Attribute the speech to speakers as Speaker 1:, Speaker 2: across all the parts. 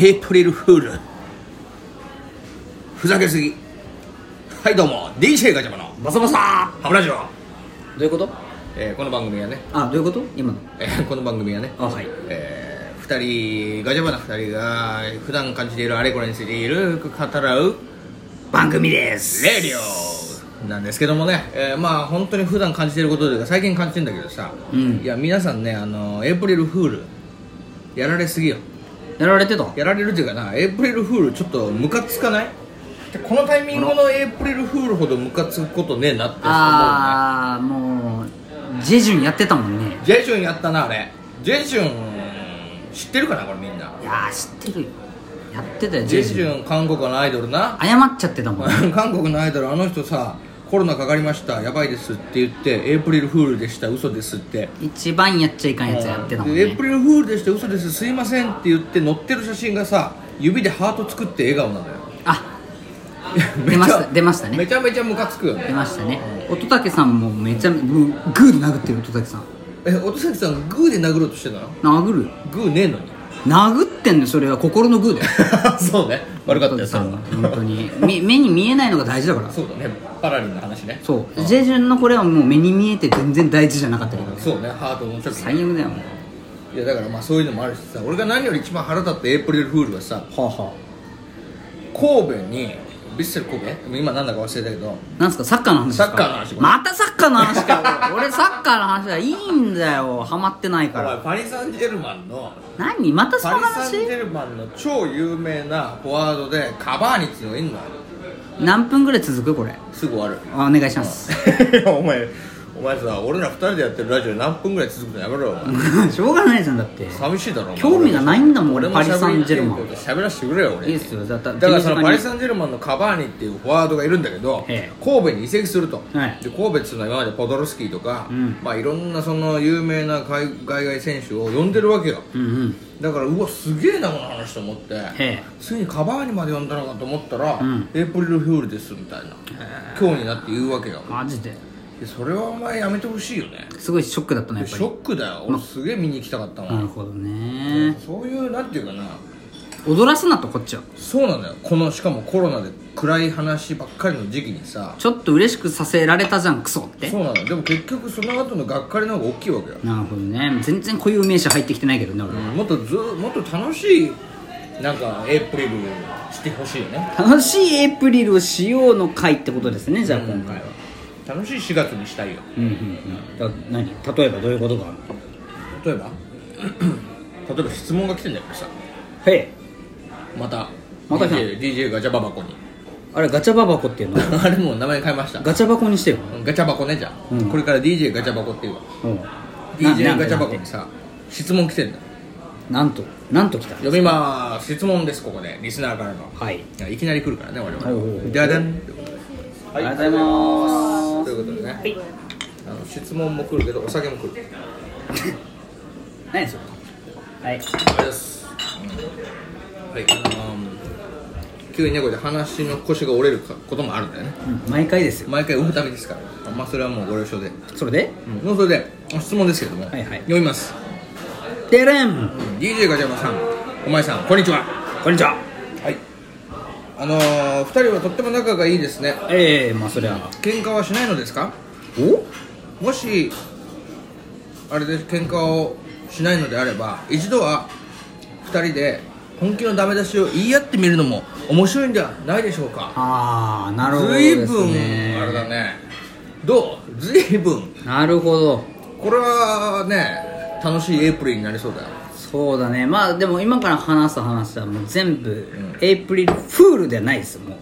Speaker 1: エイプリルフールふざけすぎはいどうも DJ ガチャマの
Speaker 2: バサバサー
Speaker 1: ハムラジオ、
Speaker 2: どういうこと
Speaker 1: えーこの番組はね、
Speaker 2: あどういうこと今の
Speaker 1: えーこの番組はね、
Speaker 2: あはい
Speaker 1: え2人ガチャマの2人が普段感じているあれこれについてゆるく語らう
Speaker 2: 番組です
Speaker 1: レディオなんですけどもね、えーまあ本当に普段感じていることというか最近感じてんだけどさ、
Speaker 2: うん
Speaker 1: いや皆さんねあのエイプリルフールやられすぎよ
Speaker 2: やられてた
Speaker 1: やられるというかなエイプリルフールちょっとムカつかないでこのタイミングのエイプリルフールほどムカつくことねえなって思
Speaker 2: あーもうジェジュンやってたもんね
Speaker 1: うねジェイシュンやったなあれジェイシュン知ってるかなこれみんない
Speaker 2: やー知ってるよやってたよ
Speaker 1: ジ
Speaker 2: ジ
Speaker 1: ェ
Speaker 2: ェ
Speaker 1: イ
Speaker 2: ジ
Speaker 1: シ
Speaker 2: ュン
Speaker 1: ュン韓国のアイドルな
Speaker 2: 謝っちゃってたもん
Speaker 1: 韓国のアイドルあの人さコロナかかりましたやばいですって言ってエイプリルフールでした嘘ですって
Speaker 2: 一番やっちゃいかんやつやってたもん
Speaker 1: でエイ
Speaker 2: ね
Speaker 1: プリルフールでした嘘ですすいませんって言って載ってる写真がさ指でハート作って笑顔なのよ
Speaker 2: あ出ました
Speaker 1: めちゃ
Speaker 2: 出ましたね
Speaker 1: めちゃめちゃムカつくよね
Speaker 2: 出ましたね乙武さんもめちゃもうグーで殴ってる乙武さん
Speaker 1: え音崎さんグーで殴ろうとしてたの
Speaker 2: 殴るよ
Speaker 1: グーねえのに
Speaker 2: 殴ってんのそれは心のグーだ よ
Speaker 1: そうね悪かったよ
Speaker 2: 乙武さ
Speaker 1: それ
Speaker 2: んは
Speaker 1: は
Speaker 2: 本当にみ目に見えないのが大事だから
Speaker 1: そうだねパラリンの話ね
Speaker 2: そうジェジュンのこれはもう目に見えて全然大事じゃなかったけど
Speaker 1: そうねハートのちょっと
Speaker 2: 最悪だよもう
Speaker 1: いやだからまあそういうのもあるしさ俺が何より一番腹立ってエイプリルフールはさ
Speaker 2: はあは
Speaker 1: 神戸にヴィッセル神戸今なんだか忘れたけど
Speaker 2: あなんすかサッカーの話ですか
Speaker 1: サッカーの話
Speaker 2: またサッカーの話か俺サッカーの話はいいんだよハマってないから
Speaker 1: パリ・サンジェルマンの
Speaker 2: 何またその
Speaker 1: パリ・サンジ
Speaker 2: 話
Speaker 1: ェルマンの超有名なフォワードでカバーニっていうのがいんのよ
Speaker 2: 何分ぐらい続くこれ
Speaker 1: すぐ終わる
Speaker 2: あお願いします
Speaker 1: お前お前さ俺ら二人でやってるラジオ何分ぐらい続くのやめろよお前
Speaker 2: しょうがないじゃんだって
Speaker 1: 寂しいだろ
Speaker 2: 興味がないんだもん俺
Speaker 1: も喋り
Speaker 2: パリサンジェルマン
Speaker 1: てえけど喋らせてくれよ俺
Speaker 2: いいっすよだった
Speaker 1: だからその
Speaker 2: 手短に
Speaker 1: パリ・サンジェルマンのカバーニっていうフォワードがいるんだけど
Speaker 2: え
Speaker 1: 神戸に移籍すると、
Speaker 2: はい
Speaker 1: で神戸っつうのは今までポドロスキーとか、
Speaker 2: ん
Speaker 1: まあ、いろんなその有名な海外外選手を呼んでるわけよ
Speaker 2: うんうん
Speaker 1: だからうわすげえなこの話と思って
Speaker 2: え
Speaker 1: ついにカバーニまで呼んだのかと思ったら、
Speaker 2: ん
Speaker 1: エイプリル・フールですみたいな今日になって言うわけよ
Speaker 2: マジで
Speaker 1: でそれはお前やめてほしいよね
Speaker 2: すごいショックだったねやっ
Speaker 1: シ
Speaker 2: ぱ
Speaker 1: ョックだよ俺すげえ見に行きたかったも、
Speaker 2: りなんるほどね
Speaker 1: そういうなんていうかな
Speaker 2: 踊らすなとこっちは
Speaker 1: そうなんだよこのしかもコロナで暗い話ばっかりの時期にさ
Speaker 2: ちょっと嬉しくさせられたじゃんクソって
Speaker 1: そうなんだよでも結局その後のがっかりの方が大きいわけよ、
Speaker 2: なるほどね全然固有名詞入ってきてないけどね俺
Speaker 1: もっとずもっと楽しいなんかエイプリルしてほしいよね
Speaker 2: 楽しいエイプリルをしようの会ってことですねじゃあ今回は
Speaker 1: 楽しい4月にしたいよ
Speaker 2: うんうんうんだ何例えばどういうことがある
Speaker 1: 例えば例えば質問が来てんだけどさ
Speaker 2: のへい
Speaker 1: また
Speaker 2: また来た
Speaker 1: DJ, DJ ガチャババコに
Speaker 2: あれガチャババコっていうの
Speaker 1: あれもう名前変えました
Speaker 2: ガチャバコにしてよ
Speaker 1: ガチャバコねじゃあ、
Speaker 2: うん
Speaker 1: これから DJ ガチャバコっていうわ
Speaker 2: うん
Speaker 1: DJ ガチャバコ
Speaker 2: なん
Speaker 1: に
Speaker 2: て
Speaker 1: さ質問来てんだ
Speaker 2: なんとなんと来た
Speaker 1: 読みまーす質問ですここでリスナーからの
Speaker 2: はい
Speaker 1: いやいきなり来るからね我
Speaker 2: はいはいは
Speaker 1: 々
Speaker 2: い
Speaker 1: ダダン
Speaker 2: ありがとうございま
Speaker 1: ということでね、あの質問も来るけどお酒も来る
Speaker 2: す何それはい
Speaker 1: です、うんはいあのー急にねこれで話の腰が折れるかこともあるんだよね
Speaker 2: うん毎回ですよ
Speaker 1: 毎回追うためですからまあそれはもうご了承で、
Speaker 2: それで
Speaker 1: うん、もうそれで質問ですけども、
Speaker 2: はいはい
Speaker 1: 読みます
Speaker 2: てれん
Speaker 1: DJ ガチャマさんお前さんこんにちは
Speaker 2: こんにちは
Speaker 1: はいあのー、2人はとっても仲がいいですね
Speaker 2: ええまあそれは
Speaker 1: 喧嘩はしないのですか
Speaker 2: お
Speaker 1: もしあれで喧嘩をしないのであれば一度は2人で本気のダメ出しを言い合ってみるのも面白いんじゃないでしょうか
Speaker 2: ああなるほど
Speaker 1: ず
Speaker 2: で
Speaker 1: いぶ
Speaker 2: す
Speaker 1: ん
Speaker 2: ね
Speaker 1: あれだねどうずいぶん
Speaker 2: なるほど
Speaker 1: これはね楽しいエイプリルになりそうだよ
Speaker 2: そうだねまあでも今から話す話はもう全部エイプリルフールではないですもう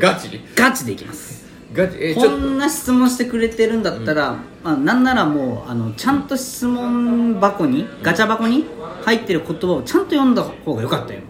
Speaker 1: ガチ
Speaker 2: ガチでいきます
Speaker 1: ガチえち
Speaker 2: こ
Speaker 1: ょっと
Speaker 2: んな質問してくれてるんだったら、まあ、なんならもうあのちゃんと質問箱にガチャ箱に入ってる言葉をちゃんと読んだ方が良かっ たよ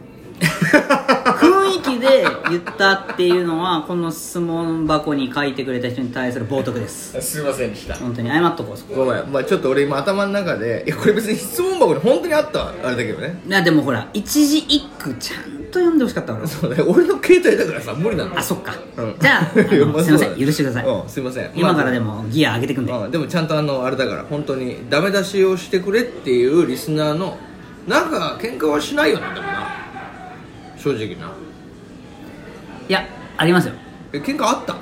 Speaker 2: 雰囲気で言ったっていうのはこの質問箱に書いてくれた人に対する冒涜です
Speaker 1: すいませんでした
Speaker 2: 本当に謝っとこうそこ
Speaker 1: ごめん、まあ、ちょっと俺今頭の中でいやこれ別に質問箱に本当にあったあれだけどね
Speaker 2: いやでもほら一字一句ちゃんと読んでほしかったから
Speaker 1: そうね俺の携帯だからさ無理なの
Speaker 2: あそっか、
Speaker 1: うん
Speaker 2: じゃああ
Speaker 1: いやま
Speaker 2: の
Speaker 1: あ
Speaker 2: すいませ
Speaker 1: そうんだね
Speaker 2: 許してください、
Speaker 1: うんすいません
Speaker 2: 今から
Speaker 1: ま
Speaker 2: でもギア上げてくんで、
Speaker 1: あうんでもちゃんとあのあれだから本当にダメ出しをしてくれっていうリスナーのなんか喧嘩はしないよなでもな正直ない
Speaker 2: やありますよ
Speaker 1: え喧嘩あった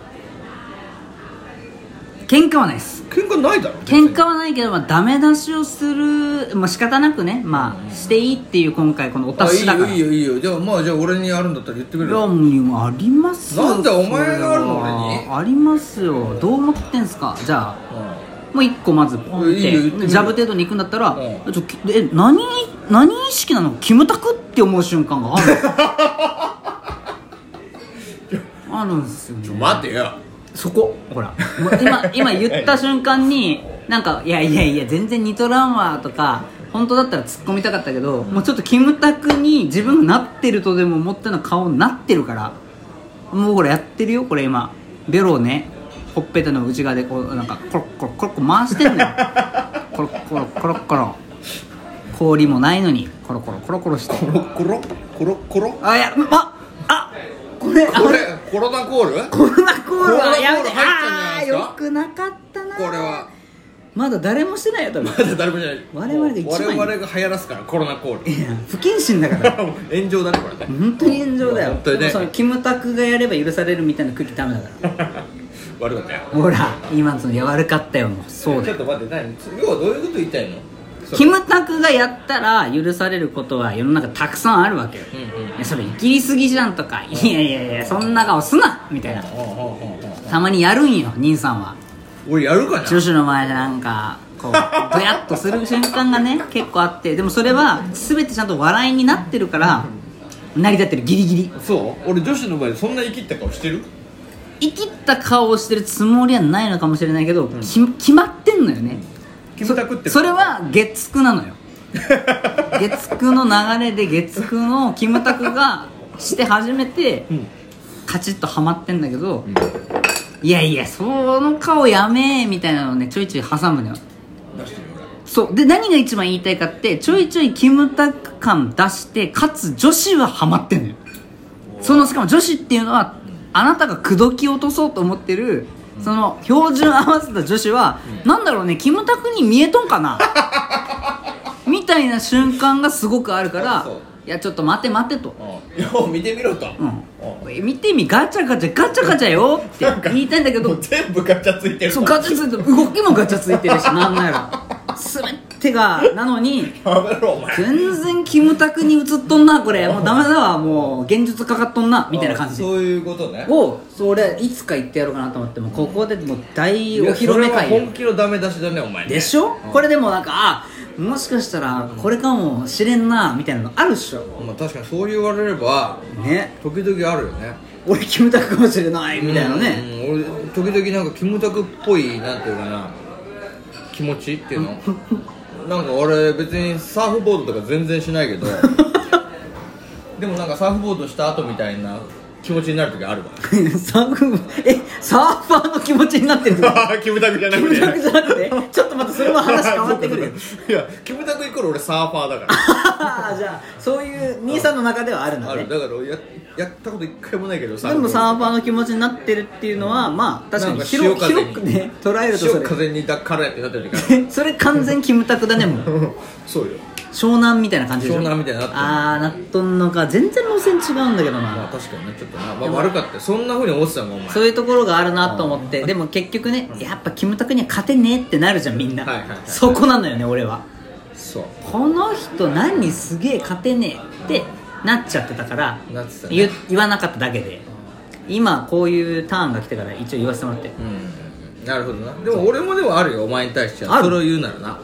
Speaker 2: 喧嘩はないです
Speaker 1: 喧嘩ないだろ別に
Speaker 2: 喧嘩はないけど、まあ、ダメ出しをする、まあ、仕方なくね、まあ、していいっていう今回このお
Speaker 1: あ
Speaker 2: 達しだから
Speaker 1: いいよいいよいいよじゃあまあじゃあ俺にあるんだったら言ってくれ
Speaker 2: いや
Speaker 1: よ
Speaker 2: もうありますよ
Speaker 1: なんでお前があるの俺に
Speaker 2: それはありますよどう思ってんすかじゃあもう一個まずポンって
Speaker 1: いいよ言ってみる
Speaker 2: ジャブ程度に行くんだったら、
Speaker 1: う
Speaker 2: ちょきえ何何意識なのキムタクって思う瞬間があ るあるんですよね
Speaker 1: 待てよ
Speaker 2: そこほらもう今今言った瞬間になんか「いやいやいや全然似とらんわ」とか本当だったら突っ込みたかったけどもうちょっとキムタクに自分がなってるとでも思ったの顔になってるからもうこれやってるよこれ今ベロをねほっぺたの内側でこうなんかコロッコロッコロッコロ回してんの よコロッコロッコロッコロ氷もないのにコロコロコロコロして
Speaker 1: コロコロコロコロ
Speaker 2: あいやああこれあ
Speaker 1: これコロナコール
Speaker 2: コロナコールは
Speaker 1: コ
Speaker 2: やめて
Speaker 1: ロナコール入ったんじゃ
Speaker 2: あ
Speaker 1: な
Speaker 2: あ
Speaker 1: いで
Speaker 2: ー
Speaker 1: すか
Speaker 2: よくなかったな
Speaker 1: これは
Speaker 2: まだ誰もしてないよ多分
Speaker 1: まだ誰もじゃない
Speaker 2: 我々が一番いい
Speaker 1: 我々が流行らすからコロナコール
Speaker 2: いや不謹慎だから
Speaker 1: 炎上だねこれね
Speaker 2: 本当に炎上だよ
Speaker 1: 本当にね
Speaker 2: でもそのキムタクがやれば許されるみたいな空気ダメだから
Speaker 1: 悪かったよ
Speaker 2: ほら今のその柔らかったよもうそうだ
Speaker 1: ちょ
Speaker 2: よ
Speaker 1: っと待って何要はどういうこと言いたいのそれ
Speaker 2: キムタクがやったら許されることは世の中たくさんあるわけよ、
Speaker 1: うんうん
Speaker 2: いやそれいきりすぎじゃんとか、いやいやいやそんな顔すなみたいな
Speaker 1: うんうんうんうん
Speaker 2: たまにやるんよ兄さんは
Speaker 1: 俺やるかな
Speaker 2: 女子の前でなんかこうドヤっとする瞬間が ね結構あってでもそれは全てちゃんと笑いになってるから成り立ってるギリギリ
Speaker 1: そう俺女子の場合そんな生きった顔してる
Speaker 2: 生きった顔をしてるつもりはないのかもしれないけど、き決まってんのよね
Speaker 1: キムタクって
Speaker 2: そ それは月9なのよ月9の流れで月9のキムタクがして初めて、
Speaker 1: ん
Speaker 2: カチッとハマってんだけど、いやいやその顔やめーみたいなのをねちょいちょい挟むのよ
Speaker 1: 出してるよ
Speaker 2: そうで何が一番言いたいかってちょいちょいキムタク感出してかつ女子はハマってんのよそのしかも女子っていうのはあなたが口説き落とそうと思ってるその標準合わせた女子は、なんだろうねキムタクに見えとんか なみたいな瞬間がすごくあるから
Speaker 1: そう
Speaker 2: いやちょっと待て待てと、
Speaker 1: 俺よう見てみろと
Speaker 2: うん、見てみガチャガチャガチャガチャよって言いたいんだけど
Speaker 1: もう全部ガチャついてる
Speaker 2: そうガチャついてる動きもガチャついてるしなんな ら全てがなのに
Speaker 1: やめろお前
Speaker 2: 全然キムタクに映っとんなこれもうダメだわもう現実かかっとんなみたいな感じ
Speaker 1: そういうことね
Speaker 2: をそれいつか言ってやろうかなと思ってもうここでもう大お披露目
Speaker 1: いやそれは
Speaker 2: 会
Speaker 1: 本気のダメ出しだねお前ね
Speaker 2: でしょこれでもなんかあもしかしたらこれかもしれんなみたいなのあるっしょ
Speaker 1: まあ確かにそう言われれば
Speaker 2: ね
Speaker 1: 時々あるよね
Speaker 2: 俺キムタクかもしれないみたいなね
Speaker 1: うん俺時々なんかキムタクっぽいなんていうかな気持ちっていう のなんか俺別にサーフボードとか全然しないけど でもなんかサーフボードした後みたいな気持ちになる時あ るわ
Speaker 2: サーフえサーファーの気持ちになってるってこと
Speaker 1: キムタクじゃ
Speaker 2: キム タクじゃなくてちょっとまたそれも話変わってく るよ
Speaker 1: いやキムタクイコール俺サーファーだか
Speaker 2: あーじゃあそういう兄さんの中ではあるん
Speaker 1: ら
Speaker 2: だ
Speaker 1: あ
Speaker 2: ね
Speaker 1: るだからややったこと一回もないけど
Speaker 2: で
Speaker 1: ー
Speaker 2: もサーファーの気持ちになってるっていうのはまあ確か
Speaker 1: なん
Speaker 2: に
Speaker 1: か
Speaker 2: 広
Speaker 1: 潮風に
Speaker 2: 広くね捉え
Speaker 1: ボード
Speaker 2: るとそ
Speaker 1: 潮風に抱かれってなってる時ある
Speaker 2: れそれ完全キムタクだねもう
Speaker 1: そうよ
Speaker 2: 湘南みたいな感じでしょ
Speaker 1: 湘南みたいになってる
Speaker 2: ああなっとんのか全然路線違うんだけど
Speaker 1: まあ
Speaker 2: な
Speaker 1: 確かにねちょっとな、まあ、悪かったそんなふうに思ってたのお前
Speaker 2: そういうところがあるなと思ってでも結局ねやっぱキムタクには勝てねえってなるじゃんみんな
Speaker 1: はいはいはい
Speaker 2: そこなのよね俺は
Speaker 1: そう
Speaker 2: この人何すげえ勝てねえってなっちゃってたから
Speaker 1: なってたね
Speaker 2: 言言わなかっただけで今こういうターンが来てから一応言わせてもらって
Speaker 1: うんなるほどなでも俺もでもあるよお前に対して
Speaker 2: あ
Speaker 1: は
Speaker 2: る
Speaker 1: それを言うならな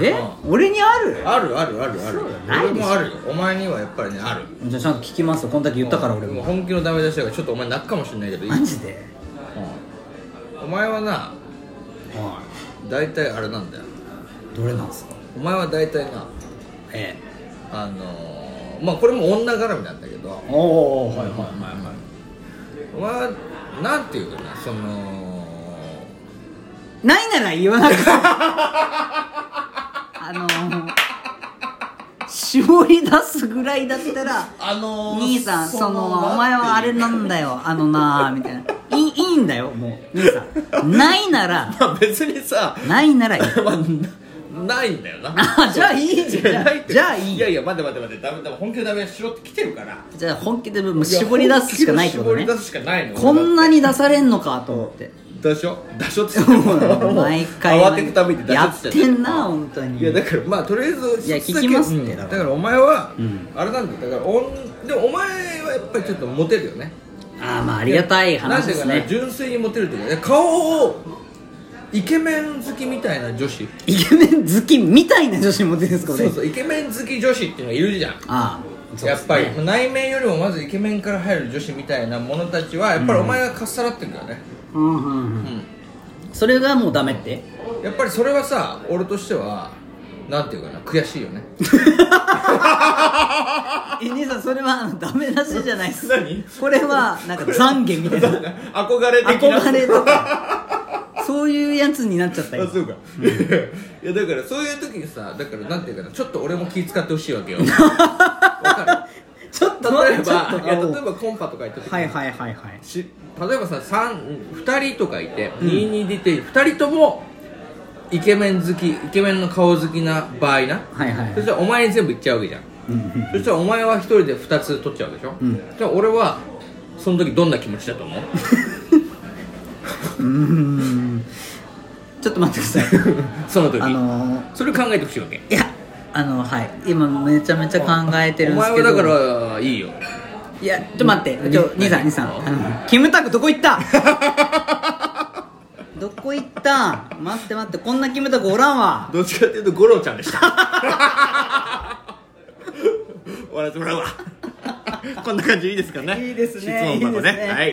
Speaker 2: え
Speaker 1: う
Speaker 2: 俺にある
Speaker 1: あるあるあるある
Speaker 2: そうだない
Speaker 1: 俺
Speaker 2: でしょ
Speaker 1: もあるよお前にはやっぱりねある
Speaker 2: じゃあちゃんと聞きますよこんだけ言ったから俺
Speaker 1: もう
Speaker 2: も
Speaker 1: 本気のダメ出しだからちょっとお前泣くかもしれないけどいい
Speaker 2: マジで
Speaker 1: うんお前はな大体あれなんだよ
Speaker 2: どれなんですか
Speaker 1: お前は大体な
Speaker 2: え
Speaker 1: あのー、まあこれも女絡みなんだけど
Speaker 2: えおおはいはいはいは
Speaker 1: お前はなんていうかなその
Speaker 2: いないなら言わな くてあのー絞り出すぐらいだったら
Speaker 1: あのー
Speaker 2: 兄さんそのお前はあれなんだよあのなーみたいないいい いんだよもう兄さんないなら
Speaker 1: まあ別にさ
Speaker 2: ないならいい
Speaker 1: まあ、ないんだよな
Speaker 2: あじゃあいいじゃん
Speaker 1: いやないって
Speaker 2: じゃあいい
Speaker 1: いやいや待て待て待てダメダメ本気でダメしろって来てるから
Speaker 2: じゃあ本気でもう絞り出すしかないってこと
Speaker 1: い
Speaker 2: ね
Speaker 1: や本気で絞り出すしかないの
Speaker 2: こんなに出されんのかと思って
Speaker 1: 出しょ出しょっつって
Speaker 2: 毎回
Speaker 1: 慌てるために出し
Speaker 2: や
Speaker 1: ょっつ
Speaker 2: っ
Speaker 1: って
Speaker 2: てんな本当に
Speaker 1: いやだからまあとりあえず
Speaker 2: いや聞きますって
Speaker 1: うん
Speaker 2: だ
Speaker 1: だ
Speaker 2: から
Speaker 1: からお前は、
Speaker 2: うん
Speaker 1: あれなんだよだからおんでもお前はやっぱりちょっとモテるよね
Speaker 2: あーまあありがたい話です
Speaker 1: なん
Speaker 2: ね
Speaker 1: ていうかな純粋にモテるっていうかね顔をイケメン好きみたいな女子
Speaker 2: イケメン好きみたいな女子モテですこ
Speaker 1: そ
Speaker 2: れ
Speaker 1: うそうイケメン好き女子っていうのがいるじゃん
Speaker 2: ああそう
Speaker 1: や
Speaker 2: す
Speaker 1: っ
Speaker 2: ね
Speaker 1: ぱり内面よりもまずイケメンから入る女子みたいな者たちはやっぱりお前がかっさらってるからね、
Speaker 2: うんうんうんそれがもうダメって
Speaker 1: うん、やっぱりそれはさ俺としてはなんていうかな悔しいよね
Speaker 2: え兄さんそれはあのダメ出しじゃないっす
Speaker 1: 何
Speaker 2: これはなんか懺悔みたいな
Speaker 1: 憧れ的な
Speaker 2: 憧れ とかそういうやつになっちゃったよ
Speaker 1: あそうか、 いやだからそういう時にさだからなんていうかなちょっと俺も気使ってほしい わけよわか
Speaker 2: ちょっと
Speaker 1: る例え
Speaker 2: ちょっと
Speaker 1: ばいや
Speaker 2: お
Speaker 1: 例えばコンパとか行った時に
Speaker 2: はいはいはいはい
Speaker 1: し例えばさ三2人とかいて22でいて2人ともイケメン好きイケメンの顔好きな場合な
Speaker 2: はいはい
Speaker 1: そしたらお前に全部いっちゃうわけじゃん
Speaker 2: うん
Speaker 1: そしたらお前は1人で2つ取っちゃうわけでしょ、
Speaker 2: うん
Speaker 1: じゃあ俺はその時どんな気持ちだと思 う
Speaker 2: うんうーんちょっと待ってください
Speaker 1: その時
Speaker 2: あのー
Speaker 1: それ考えてほしいわけ
Speaker 2: いやあのはい今めちゃめちゃ考えてるんですけ
Speaker 1: お
Speaker 2: ど
Speaker 1: 前はだからいいよ
Speaker 2: いやちょっと待ってちょ兄さん
Speaker 1: 何
Speaker 2: 兄さんあのキムタクどこ行った どこ行った待って待ってこんなキムタクおらんわ
Speaker 1: どっちかっていうと五郎ちゃんでした笑ってもらうわこんな感じいいですかね
Speaker 2: いいですね
Speaker 1: 質問箱ね
Speaker 2: いいですね
Speaker 1: はい